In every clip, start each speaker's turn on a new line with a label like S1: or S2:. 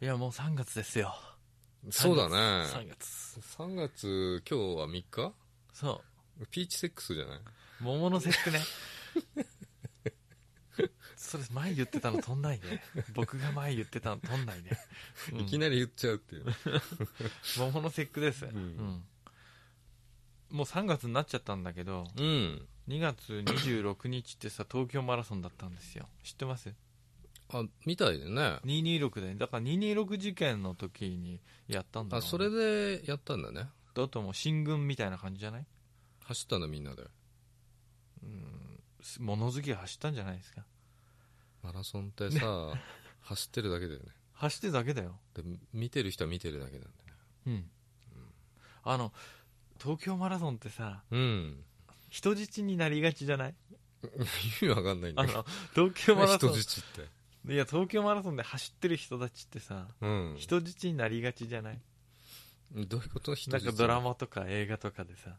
S1: いや、もう3月ですよ。
S2: そう
S1: 3
S2: だね。
S1: 月。
S2: 3月、今日は3日
S1: そ。
S2: ピーチセックスじゃないう
S1: 桃の節句 ね。それ前言ってたの飛んないね。僕が前言ってたの飛んないね。うん
S2: いきなり言っちゃうっていう。
S1: 桃の節句です。うんん。もう3月になっちゃったんだけど、
S2: うん。
S1: 2月26日ってさ、東京マラソンだったんですよ。知ってます
S2: あ、みたいでね。
S1: 226で、だから226事件の時にやったんだ
S2: あ、
S1: ろう
S2: それでやったんだね。
S1: だともう進軍みたいな感じじゃない
S2: 走ったんだ、みんなで。
S1: うん物好きが走ったんじゃないですか
S2: マラソンってさ、走ってるだけだよね。
S1: 走ってるだけだよ
S2: で、見てる人は見てるだけなんだね。
S1: うんあの東京マラソンってさ
S2: うん。
S1: 人質になりがちじゃない
S2: 意味わかんないん
S1: あ
S2: だけど。
S1: の東京マラソ
S2: 人
S1: ン
S2: 質って。
S1: いや東京マラソンで走ってる人たちってさ
S2: うん。
S1: 人質になりがちじゃない
S2: どういうこと人
S1: なん
S2: 質
S1: かドラマとか映画とかでさ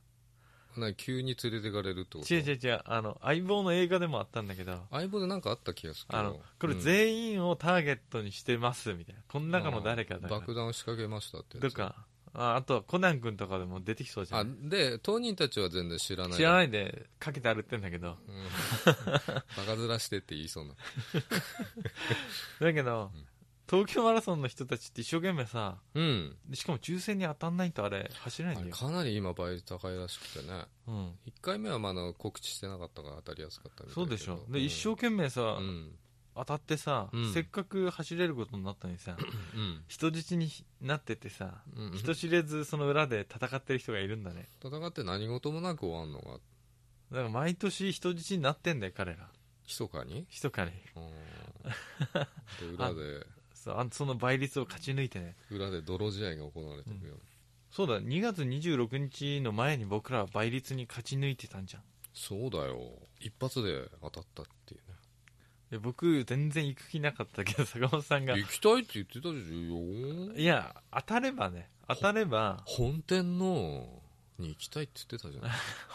S2: なんか急に連れてかれるってこと
S1: 違う違う違うあの相棒の映画でもあったんだけど
S2: 相棒でなんかあった気がするけど
S1: あのこれ
S2: うん
S1: 全員をターゲットにしてますみたいなこの中の誰かだから
S2: 爆弾を仕掛けましたってや
S1: と
S2: つ
S1: かああとコナン君とかでも出てきそうじゃ
S2: あ
S1: ん
S2: で当人たちは全然知らない、
S1: 知らないいでかけて歩ってんだけど
S2: うんバカずらしてって言いそうな
S1: だけど、
S2: うん
S1: 東京マラソンの人たちって一生懸命さ
S2: うん
S1: しかも抽選に当たんないとあれ走れない
S2: あ
S1: んだ
S2: れ
S1: よ、
S2: かなり今倍高いらしくてね
S1: うん、
S2: 1回目はまああの告知してなかったから当たりやすかったみたい
S1: そう
S2: だけど
S1: でしょで、一生懸命さ、
S2: うん
S1: 当たってさ、
S2: うん
S1: せっかく走れることになったのにさ
S2: うん
S1: 人質になっててさ
S2: うん、
S1: 人知れずその裏で戦ってる人がいるんだね
S2: 戦って何事もなく終わんのが
S1: だから毎年人質になってんだよ彼ら
S2: 密かに
S1: 密かに
S2: うんで裏 で
S1: そうあその倍率を勝ち抜いてね
S2: 裏で泥試合が行われてるよ、うな
S1: そうだ2月26日の前に僕らは倍率に勝ち抜いてたんじゃん
S2: そうだよ一発で当たったっていうね
S1: で僕全然行く気なかったけど坂本さんが
S2: 行きたいって言ってたでしょ
S1: いや当たればね当たれば
S2: 本店のに行きたいって言ってたじゃない、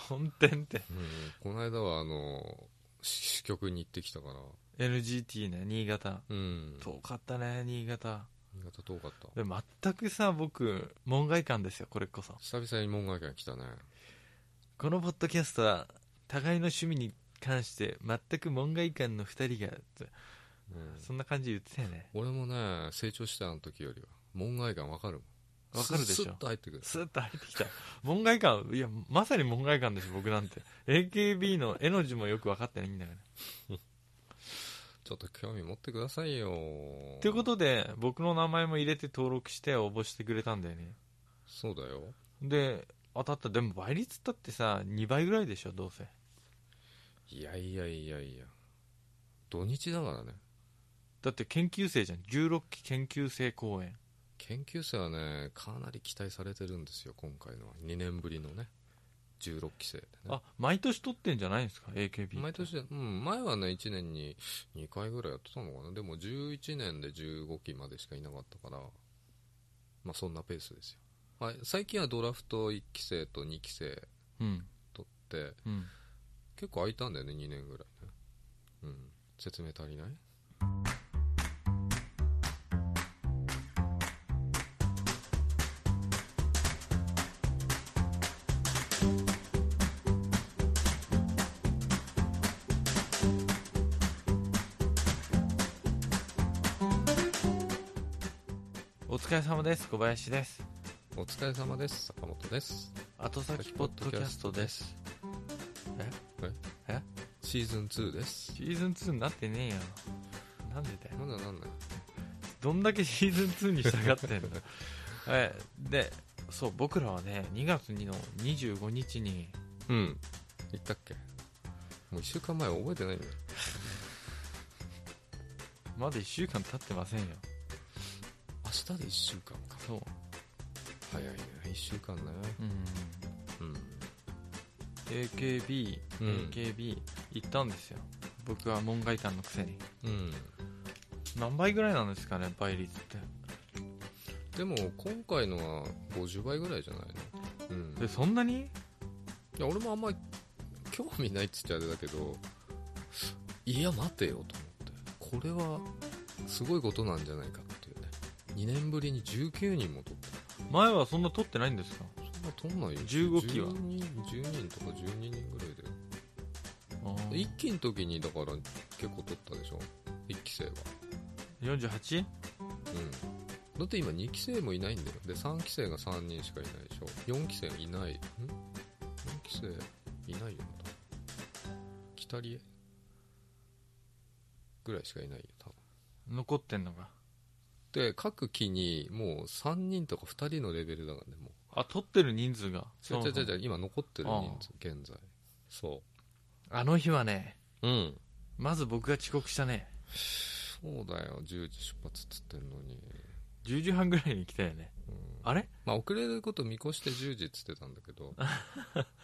S1: 本店って
S2: うん、この間はあの支局に行ってきたから
S1: NGT ね新潟
S2: うん
S1: 遠かったね新潟
S2: 新潟遠かった
S1: で全くさ僕門外観ですよこれこそ
S2: 久々に門外漢来たね
S1: このポッドキャストは互いの趣味に関して全く門外観の2人がって
S2: うん
S1: そんな感じで言ってたよね
S2: 俺もね成長したあの時よりは門外漢わかるもん
S1: わかるでしょ
S2: スッスッと入ってくる
S1: スッと入ってきた門外観いやまさに門外観ですよ僕なんて AKB の絵の字もよく分かってないんだから
S2: ちょっと興味持ってくださいよ
S1: ということで僕の名前も入れて登録して応募してくれたんだよね
S2: そうだよ
S1: で当たったでも倍率だってさ2倍ぐらいでしょどうせ
S2: いやいやいやいや土日だからね
S1: だって研究生じゃん16期研究生公演
S2: 研究生はねかなり期待されてるんですよ今回のは2年ぶりのね16期生でね
S1: あ毎年取ってんじゃないんですか AKB
S2: 毎年、うん、前はね1年に2回ぐらいやってたのかなでも11年で15期までしかいなかったからまあそんなペースですよ、まあ、最近はドラフト1期生と2期生
S1: うん
S2: 取って
S1: うん
S2: 結構空いたんだよね2年ぐらいねうん説明足りない
S1: お疲れ様です小林です
S2: お疲れ様です坂本です
S1: 後先ポッドキャストです
S2: シーズン2です
S1: シーズン2になってねえよなんでだよ
S2: まだなんだよ
S1: どんだけシーズン2に従ってん のえでそう僕らはね2月2の25日に
S2: うん言ったっけもう1週間前覚えてないんだよ
S1: まだ1週間経ってませんよ
S2: 明日で1週間か
S1: そう
S2: 早いね1週間ね
S1: うん
S2: うん
S1: AKB、
S2: うん
S1: AKB 行ったんですよ僕は門外漢のくせに
S2: うん
S1: 何倍ぐらいなんですかね倍率って
S2: でも今回のは50倍ぐらいじゃないのうん
S1: でそんなに
S2: いや俺もあんまり興味ないっつっちゃあれだけどいや待てよと思ってこれはすごいことなんじゃないかっていうね2年ぶりに19人も取った
S1: 前はそんな取ってないんですか
S2: そんな取んないよ
S1: 15期は
S2: 10人 ,10 人とか12人ぐらいで
S1: い
S2: 一期の時にだから結構取ったでしょ一期生は
S1: 48?
S2: うんだって今2期生もいないんだよで3期生が3人しかいないでしょ4期生いないん ?4 期生いないよな北里江ぐらいしかいないよ多分
S1: 残ってんのが
S2: で各期にもう3人とか2人のレベルだからねもう
S1: あ取ってる人数が
S2: 違う違う違う違う今残ってる人数
S1: あ
S2: 現在そ
S1: あの日はね
S2: ううん
S1: まず僕が遅刻したね
S2: そうだよ10時出発っつってんのに
S1: 10時半ぐらいに来たよねあれ
S2: まあ遅れること見越して10時っつってたんだ けど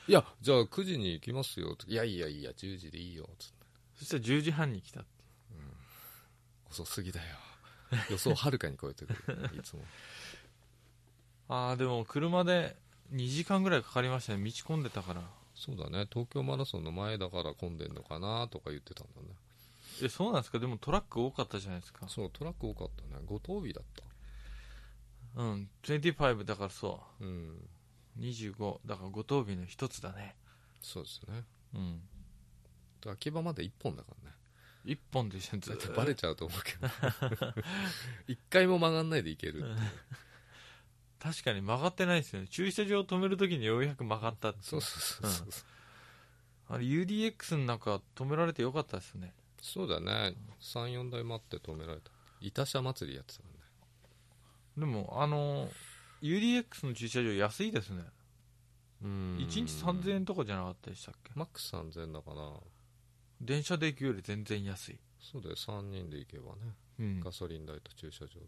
S2: いやじゃあ9時に行きますよっていやいやいや10時でいいよっつって
S1: そしたら10時半に来た
S2: 遅すぎだよ予想をはるかに超えてく るいつも
S1: ああでも車で2時間ぐらいかかりましたね道込んでたから
S2: そうだね東京マラソンの前だから混んでんのかなとか言ってたんだね
S1: えそうなんですかでもトラック多かったじゃないですか
S2: そうトラック多かったねご当日だった
S1: うん25だからそ
S2: うん
S1: う25だからご当日の一つだね
S2: そうですね
S1: うん
S2: 秋葉まで1本だからね
S1: 一本でしょず
S2: だ
S1: っ
S2: って
S1: と
S2: バレちゃうと思う けど一回も曲がんないでいける、
S1: 確かに曲がってないですよね駐車場を止めるときにようやく曲がったって
S2: そうそうそうそう、
S1: あれ UDX の中止められてよかったですね
S2: そうだね34台待って止められた板車祭りやってたもんね
S1: でもあの UDX の駐車場安いですね
S2: うん
S1: 1日3000円とかじゃなかったでしたっけ
S2: マックス3000円だから
S1: 電車で行くより全然安い、
S2: そうだよ3人で行けばね
S1: うん
S2: ガソリン代と駐車場代でね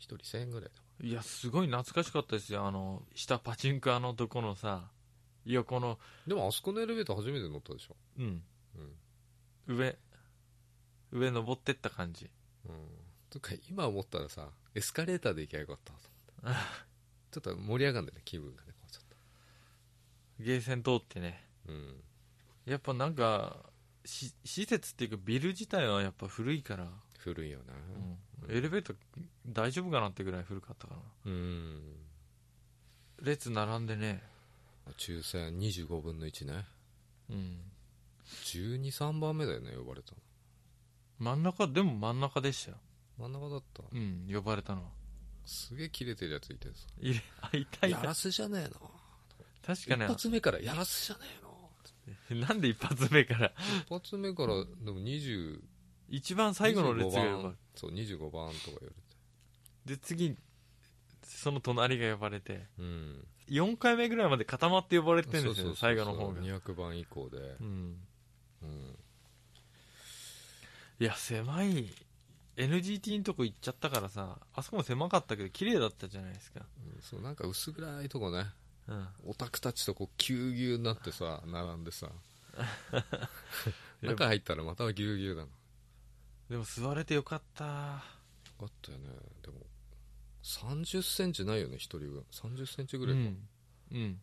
S2: 1人1000円ぐらいだも
S1: いやすごい懐かしかったですよあの下パチンコあのとこのさ横の
S2: んでもあそこのエレベーター初めて乗ったでしょ
S1: うん
S2: うん、
S1: 上上登ってった感じ
S2: うん、とか今思ったらさエスカレーターで行きゃよかったと思ってちょっと盛り上がんだよね気分がねこうちょっ
S1: ゲーセン通ってね
S2: とうん
S1: やっぱなんかし施設っていうかビル自体はやっぱ古いから、
S2: 古いよね
S1: うん
S2: うん
S1: エレベーター大丈夫かなってぐらい古かったから
S2: うん
S1: 列並んでね
S2: 抽選25分の1ね
S1: うん
S2: 1 2 3番目だよね呼ばれたの
S1: 真ん中でも真ん中でしたよ
S2: 真ん中だった
S1: うん呼ばれたのは
S2: すげえ切れてるやついてさ
S1: いれあいたい
S2: や
S1: た
S2: らせじゃねえの
S1: 確か
S2: 一
S1: ね
S2: 発目からやらせじゃねえの
S1: なんで一発目から
S2: 一発目からでも20
S1: 一番最後の列が
S2: 25
S1: 呼ばれ
S2: 番そう25番とか言われて
S1: で次その隣が呼ばれて
S2: うん
S1: 4回目ぐらいまで固まって呼ばれてるんです
S2: そ
S1: よ
S2: うそうそう
S1: 最後の方が
S2: 200番以降で
S1: うん
S2: うん
S1: いや狭い NGT のとこ行っちゃったからさあそこも狭かったけど綺麗だったじゃないですか
S2: うんそうなんか薄暗いとこね
S1: うん
S2: オタクたちとこうぎゅうぎゅうになってさ並んでさ
S1: いや
S2: 中入ったらまたぎゅうぎゅうなの
S1: でも座れてよかった
S2: あったよねでも30センチないよね1人分30センチぐ
S1: う
S2: らい、
S1: んうん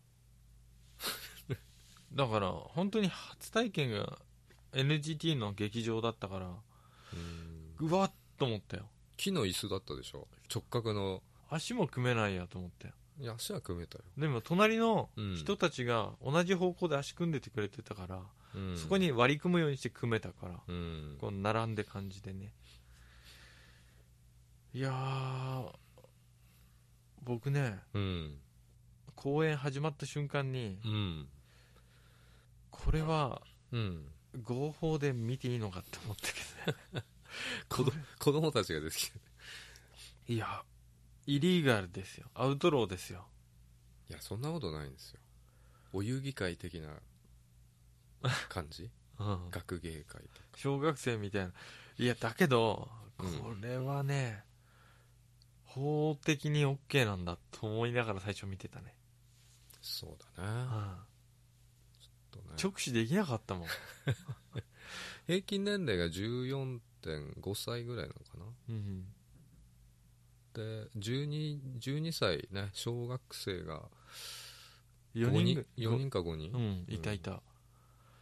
S1: だから本当に初体験が NGT の劇場だったから
S2: うん
S1: うわっと思ったよ
S2: 木の椅子だったでしょ直角の
S1: 足も組めないやと思ったよ
S2: いや足は組めたよ、
S1: でも隣の
S2: うん
S1: 人たちが同じ方向で足組んでてくれてたから、
S2: うん
S1: そこに割り組むようにして組めたから、
S2: うん
S1: こう並んで感じでねいやー僕ね
S2: うん
S1: 公演始まった瞬間に
S2: うん
S1: これは
S2: うん
S1: 合法で見ていいのかって思ったけどね
S2: 子供子供たちが出てきて
S1: いやイリーガルですよアウトローですよ
S2: いやそんなことないんですよお遊戯会的な感 じ
S1: うん
S2: 学芸会
S1: 小学生みたいないやだけど
S2: う
S1: こ
S2: ん
S1: れはね、法的に OK なんだと思いながら最初見てたね、
S2: そうだなとね
S1: 直視できなかったもん、
S2: 平均年齢が14.5歳ぐらいなのかな
S1: うん、
S2: で 12, 12歳ね小学生が
S1: 4
S2: 4人
S1: 人ぐ
S2: 4人か5人、
S1: うんいたいた、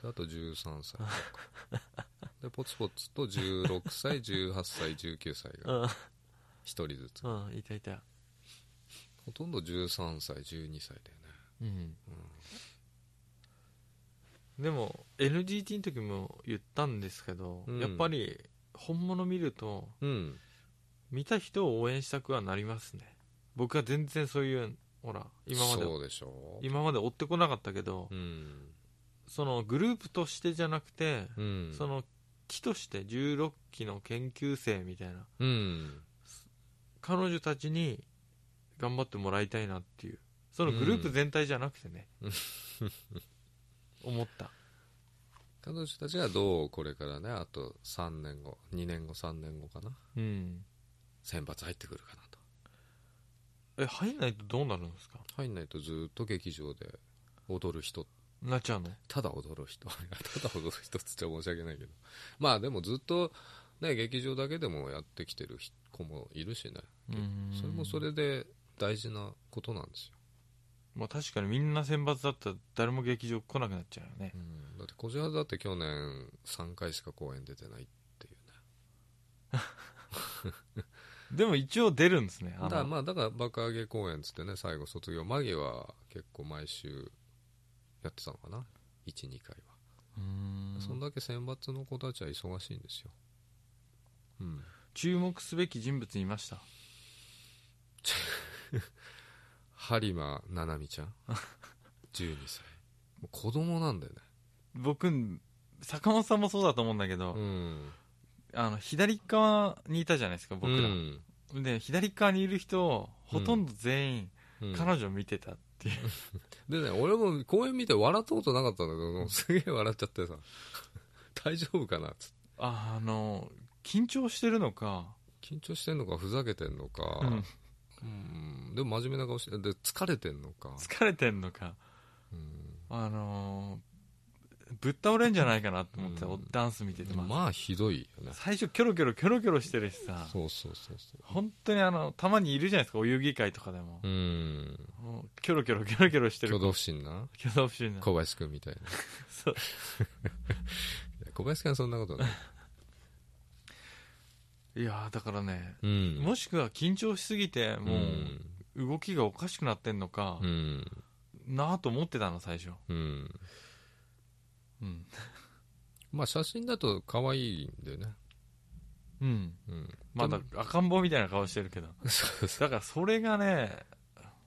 S2: であと13歳とか でポツポツと16歳18歳19歳が
S1: うん
S2: 一一人ずつ
S1: うんいたいた
S2: ほとんど13歳12歳だよね
S1: うん、でも NGT の時も言ったんですけど、
S2: うん
S1: やっぱり本物見ると
S2: うん
S1: 見た人を応援したくはなりますね僕は全然そういうほら今まで
S2: そうでしょ
S1: 今まで追ってこなかったけど、
S2: うん
S1: そのグループとしてじゃなくて、
S2: うん
S1: その木として16期の研究生みたいな
S2: うん
S1: 彼女たちに頑張ってもらいたいなっていうそのグループ全体じゃなくてね、思った
S2: 彼女たちがどうこれからねあと3年後2年後3年後かな
S1: うん
S2: 選抜入ってくるかなと
S1: え入んないとどうなるんですか
S2: 入んないとずっと劇場で踊る人
S1: なっちゃうの
S2: ただ踊る人 いやただ踊る人っつっちゃ申し訳ないけどまあでもずっとね劇場だけでもやってきてる人子もいるしねそれもそれで大事なことなんですよ、
S1: まあ確かにみんな選抜だったら誰も劇場来なくなっちゃうよね
S2: だって小島だって去年3回しか公演出てないっていうね
S1: でも一応出るんですねあ
S2: だ
S1: の
S2: からまあだから爆上げ公演つってね最後卒業間際は結構毎週やってたのかな12回は、
S1: うーん
S2: そんだけ選抜の子たちは忙しいんですようん
S1: 注目すべき人物いました
S2: 播磨ななみち ゃん12歳もう子供なんだよね
S1: 僕坂本さんもそうだと思うんだけど、
S2: うん
S1: あの左側にいたじゃないですか僕ら、
S2: うん
S1: で左側にいる人ほとんど全員、
S2: うん
S1: 彼女見てたっていう、
S2: でね、俺も公演見て笑ったことなかったんだけど、 すげえ笑っちゃってさ、 大丈夫かなっつって
S1: あの緊張してるのか、
S2: 緊張してんのか、ふざけてんのか、
S1: うん
S2: うんでも真面目な顔して、で、疲れてんのか、
S1: 疲れてんのか
S2: うん
S1: あのぶっ倒れんじゃないかなと思って、
S2: うん
S1: ダンス見ててます、
S2: まあ、ひどいよね。
S1: 最初キョロキョロキョロキョロしてるしさ
S2: そうそうそうそ
S1: 本当にあのたまにいるじゃないですかお遊戯会とかでも
S2: う。う、ん。
S1: もうキョロキョロキョロキョロしてる
S2: 挙動不審な
S1: 挙動不審な
S2: 小林くんみたい な。い
S1: そう
S2: や小林くんはそんなことない。
S1: いやーだからね、
S2: うん。
S1: もしくは緊張しすぎて
S2: う。
S1: もうん動きがおかしくなってんのか、
S2: うん。
S1: なあと思ってたの最初
S2: うん。
S1: うん、
S2: まあ、写真だと可愛いんだよね。
S1: うん、
S2: うん。
S1: まだ
S2: でも
S1: 赤ん坊みたいな顔してるけど
S2: そうそ
S1: だ
S2: う。
S1: からそれがね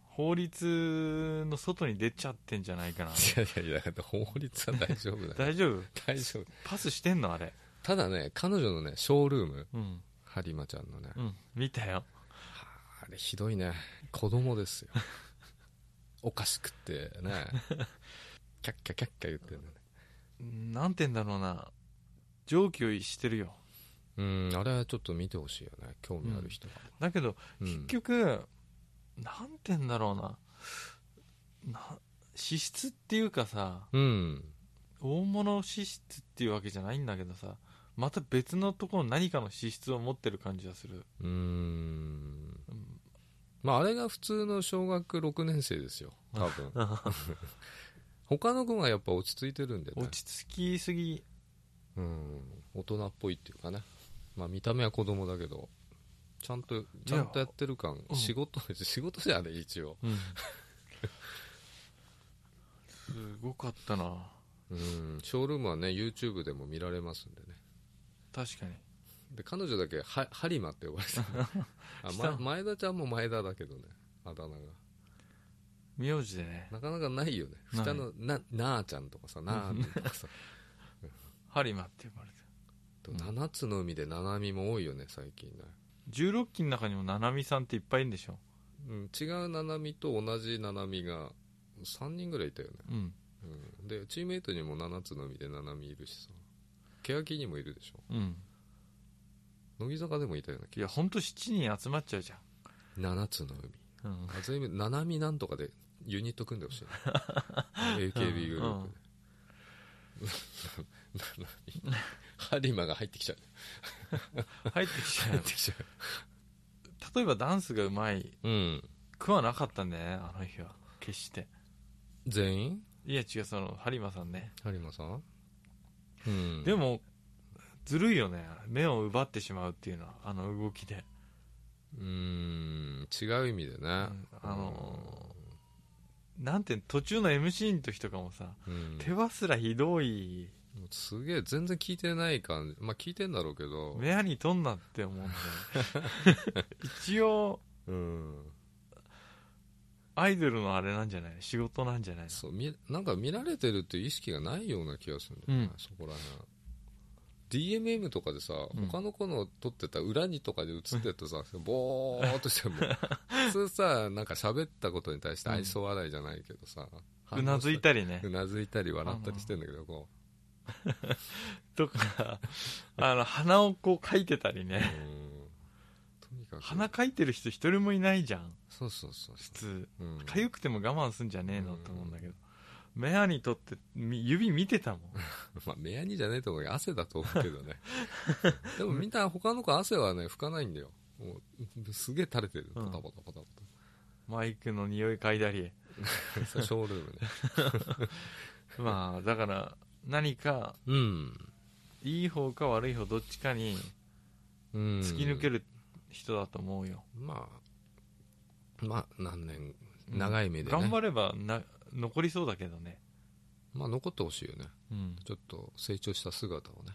S1: 法律の外に出ちゃってんじゃない かな
S2: いやいやいや、だって法律は大丈夫だ よ。
S1: 大丈夫
S2: 大丈夫
S1: パスしてんのあれ
S2: ただね彼女のねショールーム
S1: うん
S2: ハリマちゃんのね
S1: うん見たよ
S2: あれひどいね子供です よおかしくってねキャッキャキャッキャ言ってるね
S1: なんて言うんだろうな常軌を逸してるよ
S2: うんあれはちょっと見てほしいよね興味ある人は、
S1: だけど
S2: うん
S1: 結局、なんて言うんだろうなな資質っていうかさ
S2: うん
S1: 大物資質っていうわけじゃないんだけどさまた別のところの何かの資質を持ってる感じがする、
S2: うん
S1: うん
S2: まああれが普通の小学6年生ですよ多分 他の子がやっぱ落ち着いてるんでね
S1: 落ち着きすぎ
S2: うん大人っぽいっていうかね、まあ、見た目は子供だけどちゃんとちゃんとやってる感
S1: うん
S2: 仕事、 仕事じゃね一応
S1: すごかったな
S2: うんショールームはね YouTube でも見られますんでね
S1: 確かに
S2: で彼女だけはハリマって呼ばれてる あ、
S1: した
S2: ま、前田ちゃんも前田だけどねあだ名が
S1: 名字でね
S2: なかなかないよね
S1: ない
S2: 下のななあちゃんとかさなあみとかさ
S1: ハリマって呼ばれて
S2: と7つの海でななみも多いよね最近ね、
S1: る16期の中にもナナミさんっていっぱいいるんでしょ
S2: うん、違うななみと同じななみが3人ぐらいいたよね
S1: うん
S2: うんでチームメイトにも7つのみで7みいるしさ欅にもいるでしょ
S1: うん
S2: 乃木坂でもいたような気
S1: いやほんと7人集まっちゃうじゃ
S2: 7つの海
S1: ん、うん、
S2: あ全部7みなんとかでユニット組んでほしいな AKB グループで7みハリマが入ってきちゃう
S1: 入ってきちゃ
S2: 入っ
S1: う
S2: てきちゃ
S1: 例えばダンスがうまいう
S2: うん
S1: くはなかったんだよねあの日は決して
S2: 全員
S1: いや違うそのハリマさんね、
S2: ハリマさんうん
S1: でもずるいよね目を奪ってしまうっていうのはあの動きで
S2: うー違う意味でね、
S1: あのなんていうの途中の MC の時とかもさ、
S2: うん
S1: 手羽すらひどい
S2: もうすげえ全然聞いてない感じまあ聞いてんだろうけど、
S1: 目にとんなって思うんだよ 一応
S2: うん、
S1: アイドルのあれなんじゃない仕事なんじゃないの
S2: そうみなんか見られてるっていう意識がないような気がするんだよね、
S1: うん
S2: そこら辺 DMM とかでさ、
S1: うん
S2: 他の子の撮ってた裏にとかで映ってるとさ、ぼーっとしても、 普通さ、なんか喋ったことに対して愛想笑いじゃないけどさ、
S1: うなずいたりね
S2: うなずいたり笑ったりしてんだけど、こう、
S1: とかあの鼻をこう描いてたり
S2: う
S1: ね
S2: んとにかく、
S1: 鼻描いてる人一人もいないじゃん
S2: そうそうそう
S1: 普通
S2: そう、うん、
S1: 痒くても我慢すんじゃねえのと思うんだけど目アにとってみ指見てたもん
S2: まあ、目やにじゃねえと思うけど、汗だと思うけど ね。でもみんな他の子汗はね、拭かないんだよ。もう、すげえ垂れてる。パ
S1: うん
S2: タパタパタパ
S1: マイクの匂い嗅いだり
S2: タ。それショールームね。
S1: まあだから何か
S2: うん。
S1: いい方か悪い方どっちかに
S2: うん。
S1: 突き抜ける人だと思うよ、
S2: まあ、まあ、何年、
S1: うん
S2: 長い目でね。
S1: 頑張ればな残りそうだけどね
S2: まあ、残ってほしいよね。
S1: うん
S2: ちょっと成長した姿をね、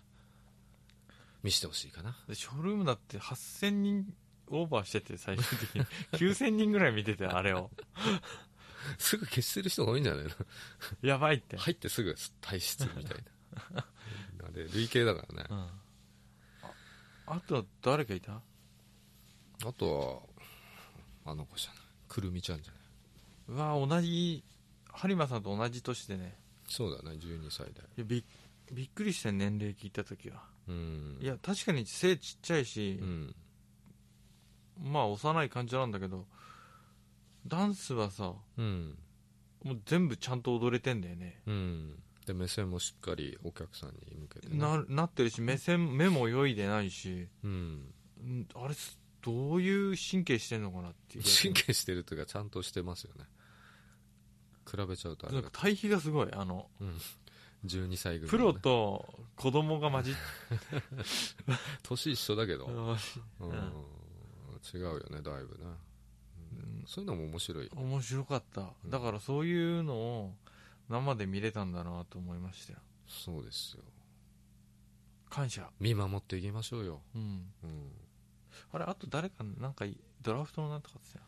S2: 見せてほしいかな。
S1: でショールームだって8000人オーバーしてて最終的 に9000人ぐらい見ててあれを
S2: すぐ消してる人が多いんじゃないの
S1: やばいって、
S2: 入ってすぐ退出みたい な。あれ、累計だからね
S1: う。ん、ああとは誰かいた
S2: あとは、あの子じゃない。くるみちゃんじゃないう
S1: わ同じ播磨さんと同じ年でね
S2: そうだね12歳で
S1: いやびっびっくりしたよ年齢聞いた時は、
S2: うん
S1: いや確かに背ちっちゃいし
S2: う、ん
S1: まあ幼い感じなんだけどダンスはさ
S2: うん
S1: もう全部ちゃんと踊れてんだよね
S2: うんで目線もしっかりお客さんに向けて、ね、
S1: ななってるし目線目も泳いでないし
S2: うん
S1: んあれすどういう神経してんのかなっていう
S2: 神経してるというかちゃんとしてますよね比べちゃうとあ
S1: な
S2: れ
S1: ん
S2: だ
S1: か対比がすごいあの
S2: 12歳ぐらい
S1: プ
S2: のね、
S1: ロと子供が混じって
S2: 年一緒だけど、
S1: う
S2: うんん、違うよねだいぶね
S1: ん
S2: そういうのも面白い
S1: 面白かっただからそういうのを生で見れたんだなと思いましたよ
S2: そうですよ
S1: 感謝
S2: 見守っていきましょうよ、
S1: うん
S2: うん、
S1: あれあと誰かなんかいドラフトのなんとかってたよ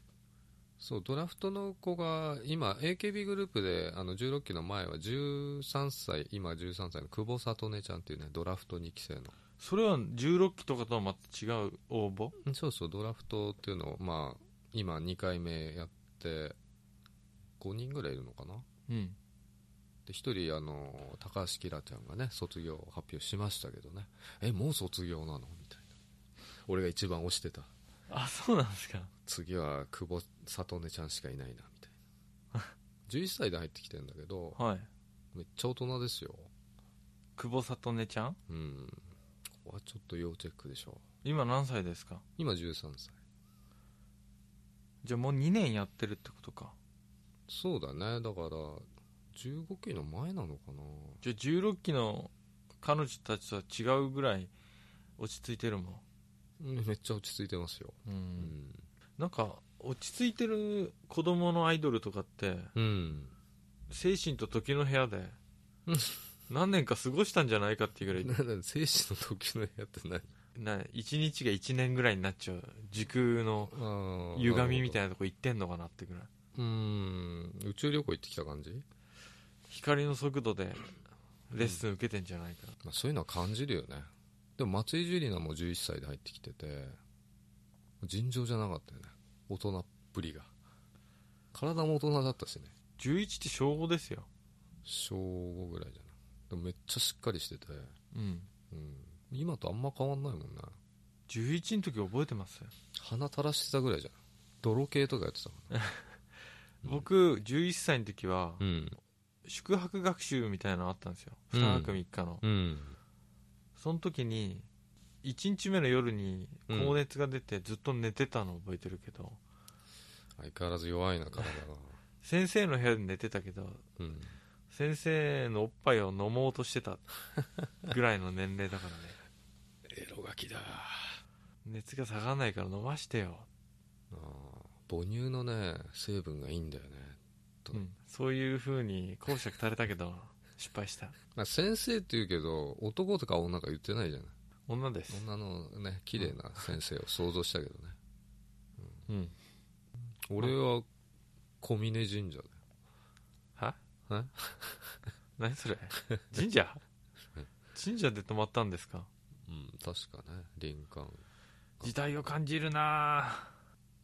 S2: そうドラフトの子が今 AKB グループであの16期の前は13歳今13歳の久保里音ちゃんっていうねドラフト2期生の
S1: それは16期とかとはまた違う応募
S2: うんそうそうドラフトっていうのをまあ今2回目やって5人ぐらいいるのかな
S1: うん
S2: で1人あの高橋きらちゃんがね卒業を発表しましたけどねえもう卒業なのみたいな俺が一番推してた
S1: あそうなんですか
S2: 次は久保里音ちゃんしかいないなみたいな11歳で入ってきてんだけど
S1: はい
S2: めっちゃ大人ですよ
S1: 久保里音ちゃん
S2: うんここはちょっと要チェックでしょ
S1: 今何歳ですか
S2: 今13歳
S1: じゃあもう2年やってるってことか
S2: そうだねだから15期の前なのかな
S1: じゃあ16期の彼女たちとは違うぐらい落ち着いてるもん
S2: うんめっちゃ落ち着いてますよ
S1: う
S2: うんん、
S1: なんか落ち着いてる子供のアイドルとかって
S2: うん、
S1: 精神と時の部屋で何年か過ごしたんじゃないかっていうぐら
S2: なんだ生死の時のや ってない
S1: いな1日が1年ぐらいになっちゃう時空の歪
S2: 歪
S1: みみ
S2: い
S1: たいなとこ行ってんのかなってぐらい
S2: うん宇宙旅行行ってきた感じ、
S1: 光の速度でレッスン受けてんじゃないか、
S2: まあ、そういうのは感じるよねでも松井樹里奈も11歳で入ってきてて尋常じゃなかったよね大人っぷりが体も大人だったしね
S1: 11って小5ですよ
S2: 小5ぐらいじゃないでもめっちゃしっかりしてて、
S1: うん
S2: うん、今とあんま変わんないもんね
S1: 11の時覚えてます
S2: 鼻垂らしてたぐらいじゃん泥系とかやってたもんね
S1: 僕11歳の時は
S2: うん
S1: 宿泊学習みたいなのあったんですよ
S2: うん
S1: 2泊3日の、
S2: うん
S1: その時に1日目の夜に
S2: うん
S1: 高熱が出てずっと寝てたの覚えてるけど、
S2: 相変わらず弱いな体が、
S1: 先生の部屋で寝てたけど
S2: うん、
S1: 先生のおっぱいを飲もうとしてたぐらいの年齢だからね
S2: エロガキだあ
S1: 熱が下がらないから飲ましてよ
S2: あ母乳のね成分がいいんだよね、
S1: うんそういうふうに講釈されたけど失敗した
S2: まあ、先生って言うけど男とか女とか言ってないじゃない
S1: 女です、
S2: 女のね綺麗な先生を想像したけどね、
S1: うん、
S2: 俺は小峰神社だよ
S1: は
S2: え
S1: 何それ神社神社で泊まったんですか
S2: うん確かね林間
S1: 時代を感じるな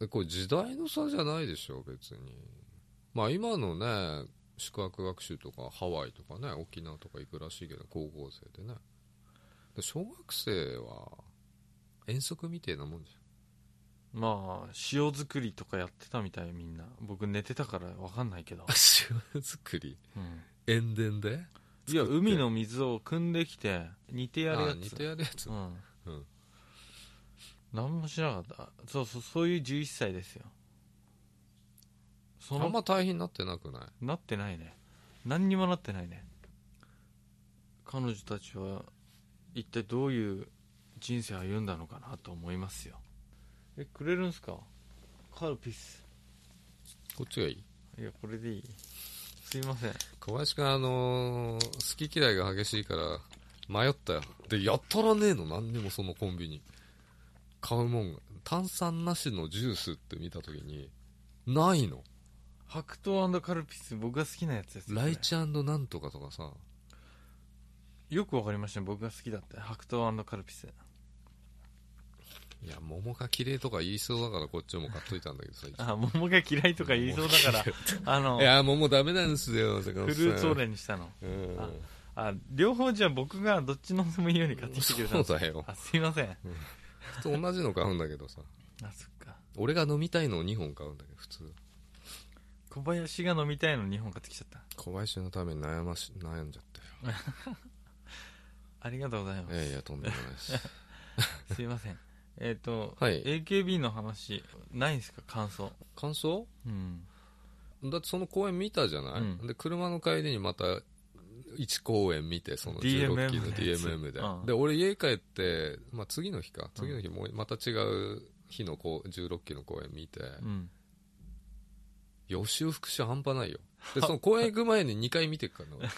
S2: えこれ時代の差じゃないでしょ別にまあ今のね宿泊学習とかハワイとかね沖縄とか行くらしいけど高校生でねで小学生は遠足みてえなもんじ
S1: ぁまあ塩作りとかやってたみたいみんな僕寝てたから分かんないけど
S2: ゃん、塩作り
S1: うん
S2: 塩田で
S1: いや海の水を汲んできて煮てやる
S2: あ
S1: や
S2: あ似
S1: つ
S2: てやるやつ、
S1: う
S2: うんん
S1: 何もしなかったそうそうそういう11歳ですよそ
S2: あ
S1: の
S2: んま大変になってなくない
S1: なってないね何にもなってないね彼女たちは一体どういう人生を歩んだのかなと思いますよえくれるんすかカルピス
S2: こっちがいい
S1: いやこれでいいすいません
S2: 小林君あのー好き嫌いが激しいから迷ったよでやったらねえの何にもそのコンビニ買うもんが炭酸なしのジュースって見た時にないの
S1: 白桃カルピス僕が好きなやつですこれ
S2: ライチなんとかとかさ
S1: よくわかりましたね僕が好きだった白桃カルピス
S2: いや桃が綺麗とか言いそうだからこっちも買っといたんだけどさ
S1: あ桃が嫌いとか言いそうだからあの
S2: いや桃ダメなんですよフル
S1: フルーツオレンジしたの
S2: うん
S1: ああ両方じゃあ僕がどっちのでもいいように買ってきてくれた
S2: そ
S1: の
S2: うだよ
S1: あすいませんあ
S2: 普通同じの買うんだけどさ
S1: そっか
S2: 俺が飲みたいのを2本買うんだけど普通
S1: 小林が飲みたいの2本買ってきちゃった
S2: 小林のために悩まし悩んじゃったよ
S1: ありがとうございます、
S2: いやいや、とんでもない です。
S1: すいませんえっ、と、
S2: はい。
S1: AKB の話ないんですか感想
S2: 感想
S1: うん
S2: だってその公演見たじゃない、
S1: うん
S2: で、車の帰りにまた、1公演見て、その
S1: DMM
S2: 16期の
S1: のやつ
S2: DMM で。
S1: うん
S2: で、俺家帰って、まあ次の日か。次の日もうまた違う日のこう16期の公演見て、
S1: うん
S2: 予習復習半端ない よ。で、その公演行く前に2回見てっから な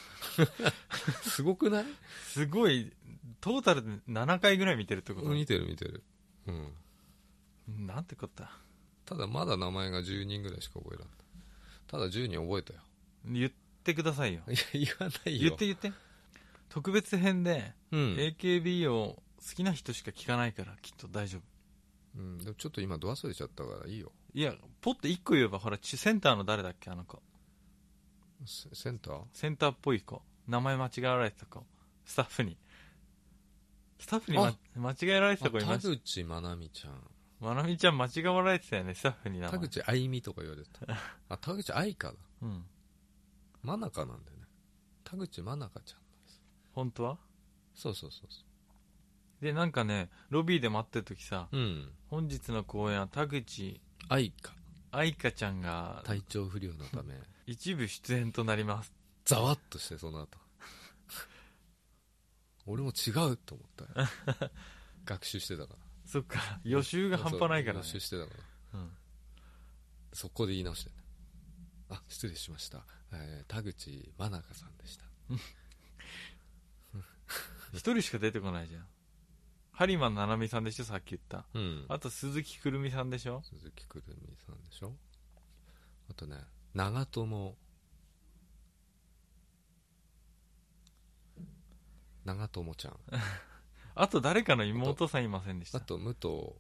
S2: すごくない
S1: すごいトータルで7回ぐらい見てるってこと、
S2: 見てる見てる。うん。
S1: なんてこった
S2: ただまだ名前が10人ぐらいしか覚えらんない。ただ10人覚えたよ。
S1: 言ってくださいよ
S2: いや、言わない
S1: 言
S2: よ。
S1: って言って特別編で
S2: うん。
S1: AKB を好きな人しか聞かないからきっと大丈夫
S2: うん、でもちょっと今ド忘れちゃったからいいよ
S1: いやポッて1個言えばほらちセンターの誰だっけあの子
S2: セセンター
S1: センターっぽい子名前間違えられてた子スタッフにスタッフに、ま
S2: あ
S1: 間違えられてた子い
S2: あ
S1: ま
S2: 田
S1: した
S2: 口まなみちゃん
S1: まなみちゃん間違われてたよねスタッフに名
S2: 田
S1: 前
S2: 口あいみとか言われてたあ田口愛香だ
S1: うん
S2: まなかなんだよね田口まなかちゃん
S1: 本当は
S2: そうそうそうそ
S1: でなんかねロビーで待ってる時さ
S2: ううん
S1: 本日の公演は田口
S2: 愛香
S1: 愛香ちゃんが
S2: 体調不良の ため
S1: 一部出演となります
S2: ざわっとしてその後俺も違うと 思ったよ学習してたから
S1: そっか予習が半端ないからね
S2: そう予習してたから
S1: うん
S2: そこで言い直してねあ失礼しました、えー田口まなかさんでした
S1: 一人しか出てこないじゃんハリマン七海さんでしょさっき言った
S2: うん
S1: あと鈴木くるみさんでしょ
S2: 鈴木くるみさんでしょあとね長友長友ちゃん
S1: あと誰かの妹さんいませんでし
S2: あ
S1: た
S2: と武藤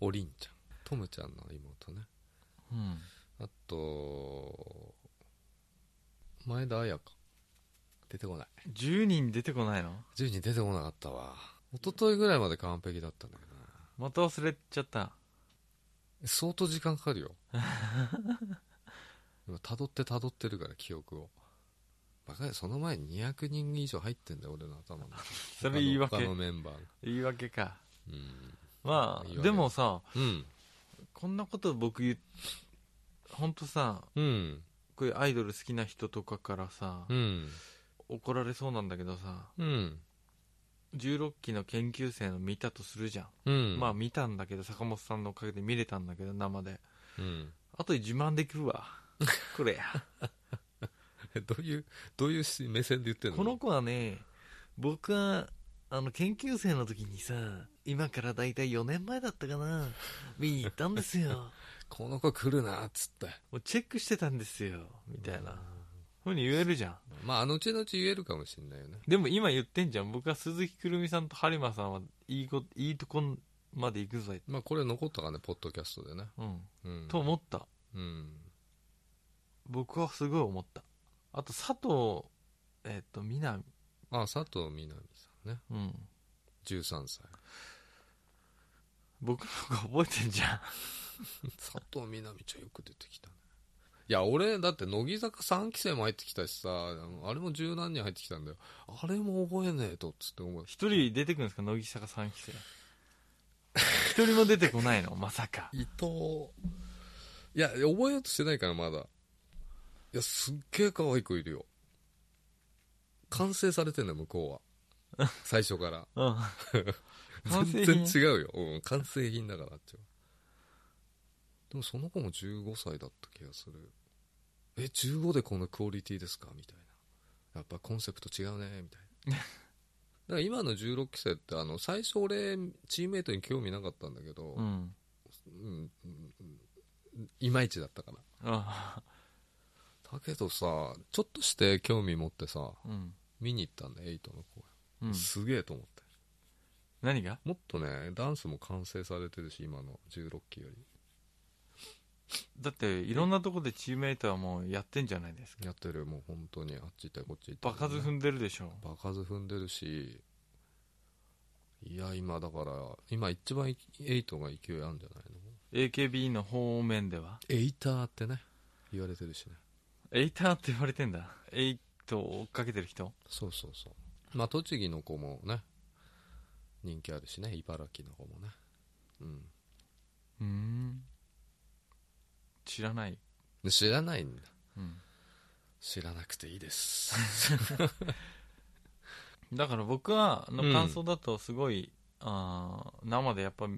S2: おりんちゃんトムちゃんの妹ね
S1: うん
S2: あと前田彩香出てこない
S1: 10人出てこないの
S2: 10人出てこなかったわ一昨日ぐらいまで完璧だったんだけどな
S1: また忘れちゃった
S2: 相当時間かかるよ 今辿って辿ってるから記憶をバカだよその前に200人以上入ってんだよ俺の頭の
S1: それ言い
S2: 他
S1: 訳
S2: の他のメンバーが
S1: 言い訳か
S2: うん、
S1: ま
S2: 言い
S1: あ
S2: 訳
S1: でもさ
S2: うん
S1: こんなこと僕言本当さ
S2: うん
S1: こういうアイドル好きな人とかからさ、
S2: うん
S1: 怒られそうなんだけどさ
S2: うん
S1: 16期の研究生の見たとするじゃん、
S2: うん
S1: まあ見たんだけど坂本さんのおかげで見れたんだけど生で
S2: うん
S1: あとで自慢できるわこれや
S2: どういう、どういうし目線で言ってんの
S1: この子はね僕はあの研究生の時にさ今からだいたい4年前だったかな見に行ったんです よ
S2: この子来るな、っつって。
S1: もうチェックしてたんですよみたいなふうに言えるじゃん
S2: まあ、あのうちのうち言えるかもしんないよね。
S1: でも今言ってんじゃん僕は鈴木くるみさんと播磨さんはいいこいいとこまで行くぞい、
S2: まあ、これ残ったかね、ポッドキャストでね。
S1: うん、
S2: うん。
S1: と思った
S2: うん。
S1: 僕はすごい思ったあと佐藤えっ、とみな
S2: あ、佐藤みなみさんね。
S1: うん
S2: 13歳。
S1: 僕なんか覚えてんじゃん
S2: 佐藤みなみちゃんよく出てきたね。いや、俺、だって、乃木坂3期生も入ってきたしさ、あれも十何人入ってきたんだよ。あれも覚えねえと、つって思う。
S1: 一人出てくるんですか乃木坂3期生一人も出てこないのまさか
S2: 伊藤。いや、覚えようとしてないから、まだ。いや、すっげえ可愛い子いるよ。完成されてんだよ、向こうは。最初から。
S1: うん完成
S2: 全
S1: 品
S2: 然違うよ。うん、完成品だからあっちは。でもその子も15歳だった気がする。え、15でこのクオリティですかみたいな。やっぱコンセプト違うね、みたい な。だから今の16期生って、あの、最初俺、チームメイトに興味なかったんだけど、
S1: うん
S2: うんうんうんいまいちだったから
S1: あ
S2: だけどさちょっとして興味持ってさ
S1: うん
S2: 見に行ったんだエイトの公
S1: う
S2: 演、
S1: ん
S2: すげえと思って
S1: 何が
S2: もっとねダンスも完成されてるし今の16期より
S1: だっていろんなとこでチームメイトはもうやってんじゃないですか
S2: やってるもう本当にあっち行ったりこっち行った
S1: 場
S2: り、
S1: 数踏んでるでしょ
S2: 場数踏んでるしいや今だから今一番エイトが勢いあるんじゃないの
S1: AKB の方面では
S2: エイターってね言われてるしね
S1: エイターって言われてんだエイトを追っかけてる人
S2: そうそうそうまあ栃木の子もね人気あるしね茨城の子もねうん
S1: うーん知らない、
S2: で知らないんだ
S1: うん、
S2: 知らなくていいです
S1: だから僕は
S2: う
S1: の
S2: ん
S1: 感想だとすごい、あー生でやっぱ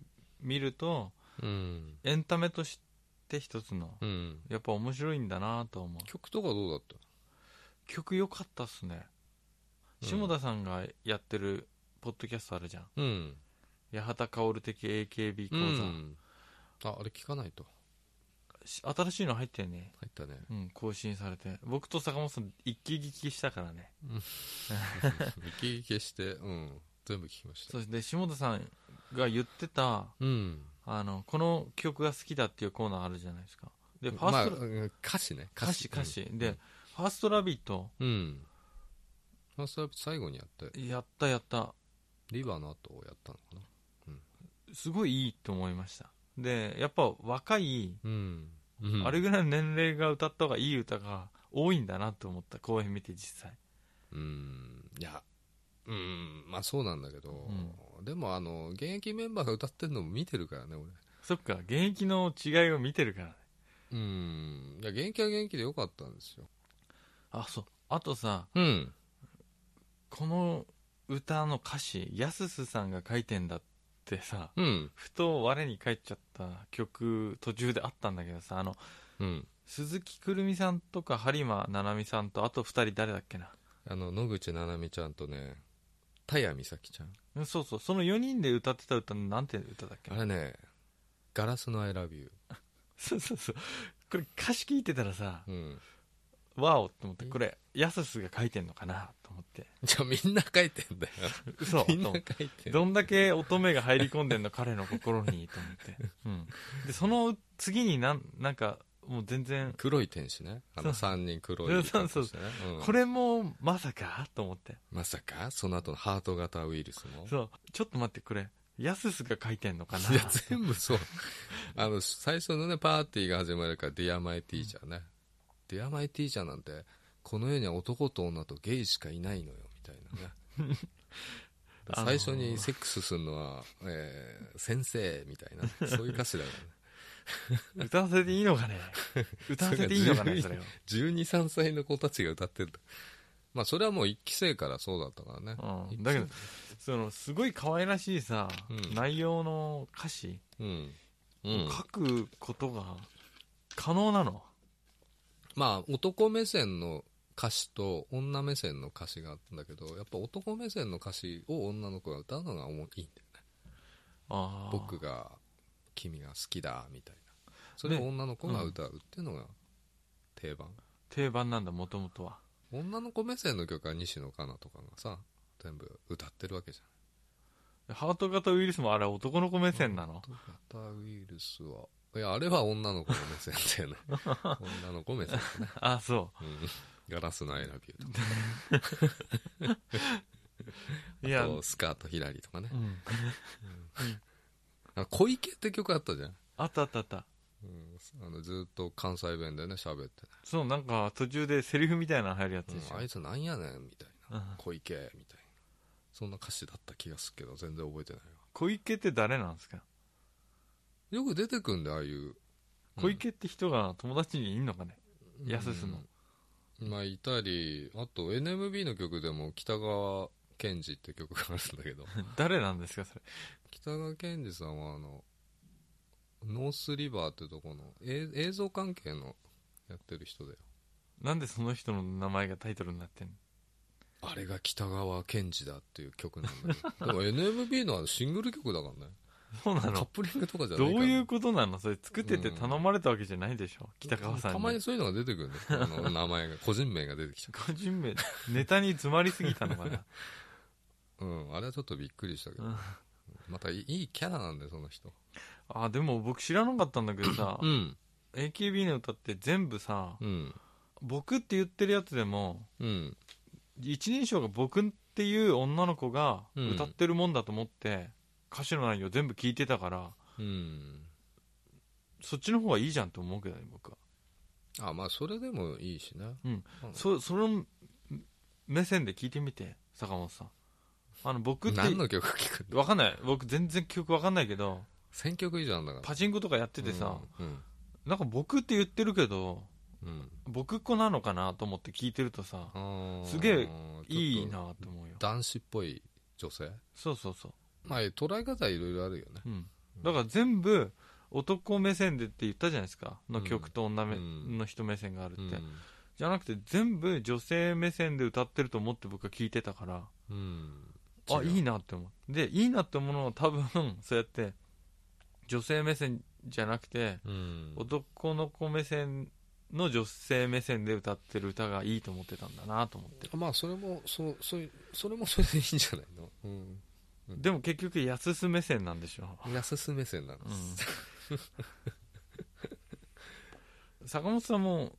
S1: 見ると
S2: うん
S1: エンタメとして一つの
S2: うん
S1: やっぱ面白いんだなと思う
S2: 曲とかどうだった
S1: 曲良かったっすね
S2: うん
S1: 下田さんがやってるポッドキャストあるじゃん
S2: うん
S1: 八幡薫的 AKB 講
S2: う
S1: 座、
S2: んああれ聞かないと
S1: し新しいの入ったよね
S2: 入ったね
S1: うん更新されて僕と坂本さん一気聞きしたからね
S2: 見消してうん全部聞きました
S1: そして下田さんが言ってた
S2: うん
S1: あのこの曲が好きだっていうコーナーあるじゃないですかでファ
S2: ま
S1: ー
S2: あ
S1: スト、
S2: うん歌詞ね
S1: 歌詞歌詞、で、
S2: うん
S1: ファーストラビット
S2: うんファーストラップ最後にやって
S1: やったやった
S2: リバーの後をやったのかな
S1: すごいいいと思いましたでやっぱ若い、
S2: うん、
S1: あれ
S2: が
S1: ぐらいの年齢が歌った方がいい歌が多いんだなと思った公演見て実際
S2: うんいやうんまあそうなんだけど、
S1: う
S2: でもあの現役メンバーが歌ってるのも見てるからね俺
S1: そっか現役の違いを見てるからね
S2: うんいや現役は現役でよかったんですよ
S1: あそうあとさ
S2: うん
S1: この歌の歌詞やすすさんが書いてんだってさ
S2: うん
S1: ふと我に返っちゃった曲途中であったんだけどさあの
S2: うん
S1: 鈴木くるみさんとか播磨七海さんとあと二人誰だっけな
S2: あの野口七海ちゃんとね田谷美咲ちゃん
S1: うんそうそうその4人で歌ってた歌なんて歌だっけ
S2: あれね「ガラスのアイラビュー
S1: そうそうそうこれ歌詞聞いてたらさ」
S2: うん
S1: わおって思ってこれやすすが書いてんのかなと思って
S2: じゃあみんな書いてんだよ
S1: 嘘と
S2: みんな
S1: 思
S2: 書
S1: っ
S2: い
S1: て
S2: てんだ
S1: どんだけ乙女が入り込んでんの彼の 心にと思って、うん、でその次になんなんかもう全然
S2: 黒い天使ねあの3人黒い
S1: そうそう
S2: 格好してねうん
S1: これもまさかと思って
S2: まさかその後のハート型ウイルスも
S1: そうちょっと待ってこれやすすが書いてんのかない
S2: や、全部そう。あの、最初のね、パーティーが始まるから、Dear My Teacher ね。Dear My Teacher なんて、この世には男と女とゲイしかいないのよ、みたいなね。
S1: あの
S2: 最
S1: ー
S2: 初にセックスするのは、えー先生、みたいな。そういう歌詞だからね。
S1: 歌わせていいの かね歌わせていいのかね
S2: そ
S1: そ
S2: れ
S1: れ
S2: が
S1: を
S2: 12、3歳の子たちが歌ってるまあ、それはもう1期生からそうだったからね。
S1: うん、だけどそのすごい可愛らしいさ、
S2: うん
S1: 内容の歌詞
S2: うん。う
S1: を
S2: ん。
S1: 書くことが可能なの
S2: まあ男目線の歌詞と女目線の歌詞があったんだけどやっぱ男目線の歌詞を女の子が歌うのがおもいいんだよね
S1: ああ
S2: 僕が「君が好きだ」みたいなそれを
S1: ね
S2: 女の子が歌うっていうのが定番、
S1: 定番なんだもともとは
S2: 女の子目線の曲は西野カナとかがさ全部歌ってるわけじゃん
S1: ハート型ウイルスもあれは男の子目線なの、
S2: トカタウイルスはいやあれは女の子の目線 だよね女の子目線だね、
S1: ああそ
S2: うんガラスのアイラビューとか
S1: ういや
S2: あとスカートヒラリーとかね
S1: うん、
S2: あ小池って曲あったじゃん、
S1: あったあったあった
S2: あのずっと関西弁でね喋ってね、
S1: そうなんか途中でセリフみたいなの入るやつでしょ、
S2: うんあいつなんやねんみたいな、
S1: うん
S2: 小池みたいなそんな歌詞だった気がするけど全然覚えてないわ
S1: 小池って誰なんですか
S2: よく出てくんでああいう
S1: 小池って人が友達にいんのかね、
S2: うん
S1: 安すの
S2: まあいたりあと NMB の曲でも北川賢治って曲があるんだけど
S1: 誰なんですかそれ
S2: 北川賢治さんはあのノースリバーってとこのえ映像関係のやってる人だよ
S1: なんでその人の名前がタイトルになってんの
S2: あれが北川賢治だっていう曲なんだけ どでも NMB のあのシングル曲だからね
S1: そうな
S2: カッ
S1: の
S2: プリングとかじゃな
S1: ど
S2: いから
S1: ういうことなのそれ作ってて頼まれたわけじゃないでしょ、北川さんに
S2: たまにそういうのが出てくるんだよあの名前が個人名が出てきちゃ
S1: 個人名ネタに詰まりすぎたのか な
S2: ううんあれはちょっとびっくりしたけど
S1: うん
S2: またいいいいキャラなんだよその人
S1: あでも僕知らなかったんだけどさ
S2: うん
S1: AKB の歌って全部さ
S2: うん
S1: 僕って言ってるやつでも
S2: うん
S1: 一人称が僕っていう女の子が
S2: うん
S1: 歌ってるもんだと思って、歌詞の内容全部聞いてたから
S2: うん
S1: そっちの方がいいじゃんと思うけどね僕は
S2: あまあそれでもいいしね
S1: うん
S2: うん
S1: そその目線で聞いてみて坂本さんあの僕って
S2: 何の曲聴くの
S1: わかんない僕全然曲わかんないけど
S2: 1000曲以上あんだから
S1: パチンコとかやっててさ、
S2: うん
S1: なんか僕って言ってるけど
S2: うん
S1: 僕っ子なのかなと思って聞いてるとさ
S2: あー
S1: すげえ
S2: ちょっと
S1: いいなと思うよ
S2: 男子っぽい女性
S1: そうそうそう
S2: まあ捉え方いろいろあるよね
S1: うん、だから全部男目線でって言ったじゃないですかの
S2: うん
S1: 曲と女目
S2: うん
S1: の人目線があるって、
S2: うん
S1: じゃなくて全部女性目線で歌ってると思って僕は聞いてたから
S2: うん
S1: あいい
S2: な
S1: なって思うでいいなってものを多分そうやって女性目線じゃなくて
S2: うん
S1: 男の子目線の女性目線で歌ってる歌がいいと思ってたんだなと思って
S2: まあそれもそそそれも それでいいんじゃないのうん
S1: でも結局安す目線なんでしょ
S2: ナスス目 線なの、
S1: 坂本さんも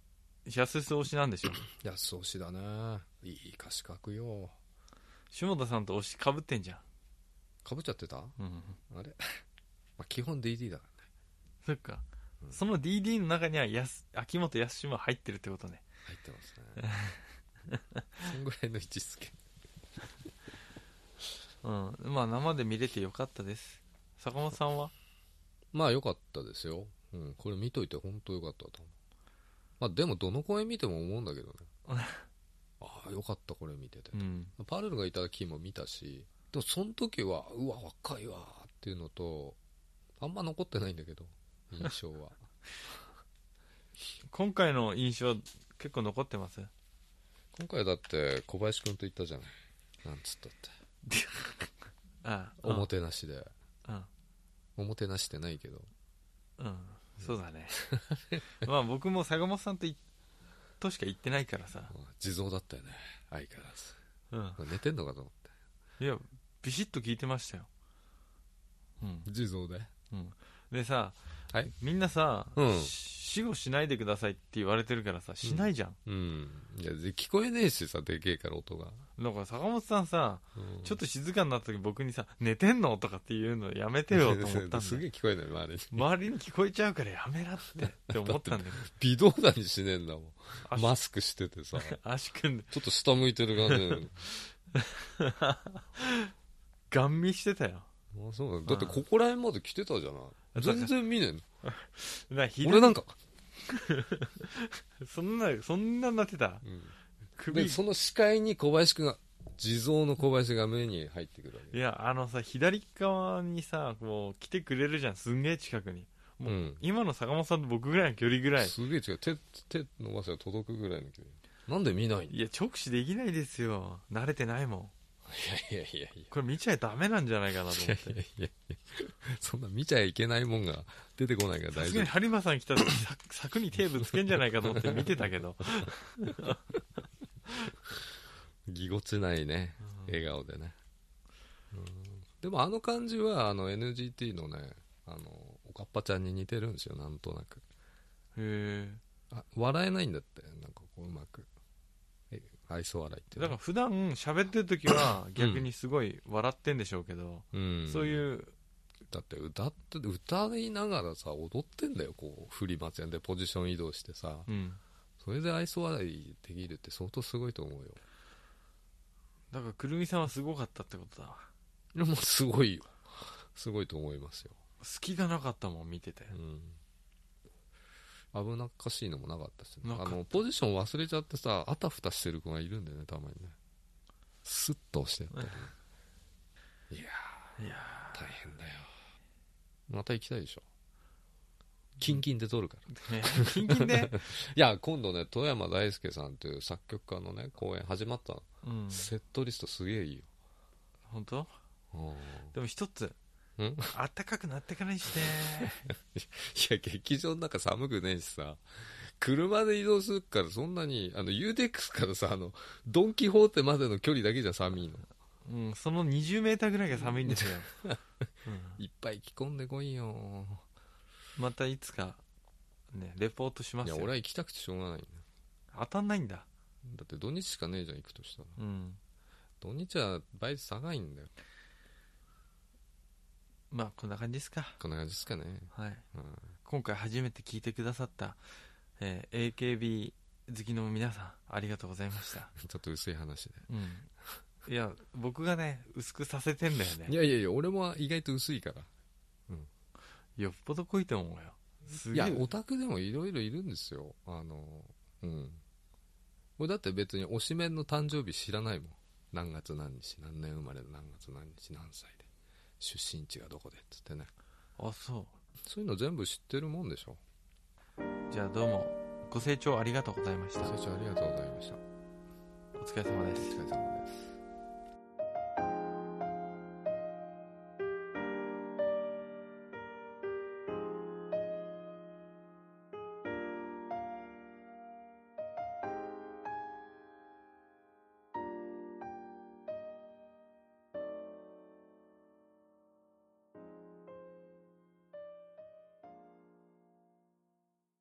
S1: 安す推しなんでしょ
S2: いやそうしだねいい歌詞書くよ
S1: 下田さんと推しかぶってんじゃん、
S2: かぶっちゃってたあれ まあ基本 DD だか
S1: そっか、
S2: うん
S1: その DD の中にはやす秋元康も入ってるってことね
S2: ら入ってま すねそんぐらいの位置づけ
S1: うんまあ生で見れてよかったです坂本さんは
S2: まあ良かったですよ、うん、これ見といて本当良かったと思うまあでもどの公演見ても思うんだけ どねああ良かったこれ見てて
S1: うん
S2: パルルがいた時も見たしでもその時はうわ若いわっていうのとあんま残ってないんだ けど印象は
S1: 今回の印象結構残ってます
S2: 今回だって小林君と行ったじゃないなんつったって
S1: ああ
S2: おもてなしで
S1: うん
S2: おもてなしってないけど
S1: うんそうだね まあ僕も坂本さんといとしか言ってないからさ、
S2: まあ地蔵だったよね相変わら
S1: うん、
S2: ず寝てんのかと思って
S1: いやビシッと聞いてましたよ、うん
S2: 地蔵で
S1: うん、でさ、
S2: はい
S1: みんなさ、
S2: うん
S1: し死後しないでくださいって言われてるからさしないじゃん、
S2: うんいやで聞こえねえしさでけえから音が、
S1: だから坂本さんさ
S2: うん
S1: ちょっと静かになった時僕にさ「寝てんの?」とかって言うのやめてよと思ったんだ
S2: すげ
S1: よ
S2: え聞こえない周りに
S1: 周りに聞こえちゃうからやめな ってって思ったんだけど
S2: 微動だにしねえんだもん
S1: 足
S2: マスクしててさ
S1: 足組んで
S2: ちょっと下向いてる 感じなの
S1: ガン見してたよ
S2: あそうだだってここら辺まで来てたじゃない全然見ね
S1: だから
S2: え
S1: ひ
S2: の
S1: どい
S2: 俺なんか、
S1: そんなそんななってた首
S2: でその視界に小林くんが地蔵の小林が目に入ってくるわ
S1: いやあのさ左側にさこう来てくれるじゃんすんげえ近くにもう、
S2: うん
S1: 今の坂本さんと僕ぐらいの距離ぐらい
S2: すげえ違う手手伸ばせば届くぐらいの距離なんで見ないんい
S1: いや直視できないですよ慣れてないもん
S2: やいやいやいや
S1: これ見ちゃダメなんじゃないかなと思っ
S2: いや
S1: て
S2: いやいや そんな見ちゃいけないもんが出てこないから
S1: さ
S2: 大
S1: す
S2: 丈
S1: が
S2: 夫
S1: に播磨さん来た 時さ柵にテープつけんじゃないかと思って見てたけど、
S2: ぎこちないね
S1: うん
S2: 笑顔でね、うんでもあの感じはあの NGT のねあのおかっぱちゃんに似てるんですよなんとなく
S1: へ
S2: あ笑えないんだってなんかこううまくえ愛想笑いって
S1: え
S2: い
S1: だか
S2: う
S1: ら
S2: の
S1: 普段喋ってる時は逆にすごい笑ってんでしょうけど、
S2: うん
S1: そういう
S2: だって歌って歌いながらさ踊ってんだよこう振りませんでポジション移動してさ
S1: うん
S2: それで愛想笑いできるって相当すごいと思うよ
S1: だからくるみさんはすごかったってことだわ
S2: でもすごいよすごいと思いますよ、
S1: 隙がなかったもん見てて
S2: うん、危なっかしいのもなかったし、ね、
S1: なか
S2: あ
S1: った
S2: のポジション忘れちゃってさあたふたしてる子がいるんだよねたまにねスッと押してやったりねいや
S1: いや
S2: ー大変だよまた行きたいでしょキンキンで撮るから
S1: ーねキンキン で、
S2: いや今度ね富山大輔さんという作曲家のね公演始まったの、
S1: うん、
S2: セットリストすげえいいよ
S1: 本当
S2: うん
S1: でも一つ
S2: ん い
S1: あったかくなってかないして
S2: や劇場の中寒くねえしさ車で移動するからそんなにあの UDX からさあのドン・キホーテまでの距離だけじゃ寒いの
S1: うん、その 20m ぐらいが寒いんですよ、 うん
S2: いっぱい着込んでこいよ
S1: またいつかねレポートしま
S2: い
S1: す
S2: や
S1: よ
S2: 俺は行きたくてしょうがないね
S1: 当たんないんだ
S2: だって土日しかねえじゃん行くとしたら
S1: うん
S2: 土日は倍率高いんだよ
S1: まあこんな感じですか
S2: こんな感じですかね、
S1: はい
S2: うん、
S1: 今回初めて聞いてくださった、えー AKB 好きの皆さんありがとうございま した、
S2: ちょっと薄い話で
S1: うん、いや僕がね薄くさせてんだよね
S2: いやいやいや俺も意外と薄いから
S1: よっぽど濃いと思うよす
S2: い
S1: げえ
S2: やオタクでもいろいろいるんですよあのうん俺だって別に推しメンの誕生日知らないもん何月何日何年生まれ何月何日何歳で出身地がどこでっつってね
S1: あそ
S2: そういうの全部知ってるもんでしょ
S1: うじゃあどうもご清聴ありがとうございました
S2: ご清聴ありがとうございました
S1: お疲れ様です
S2: お疲れ様です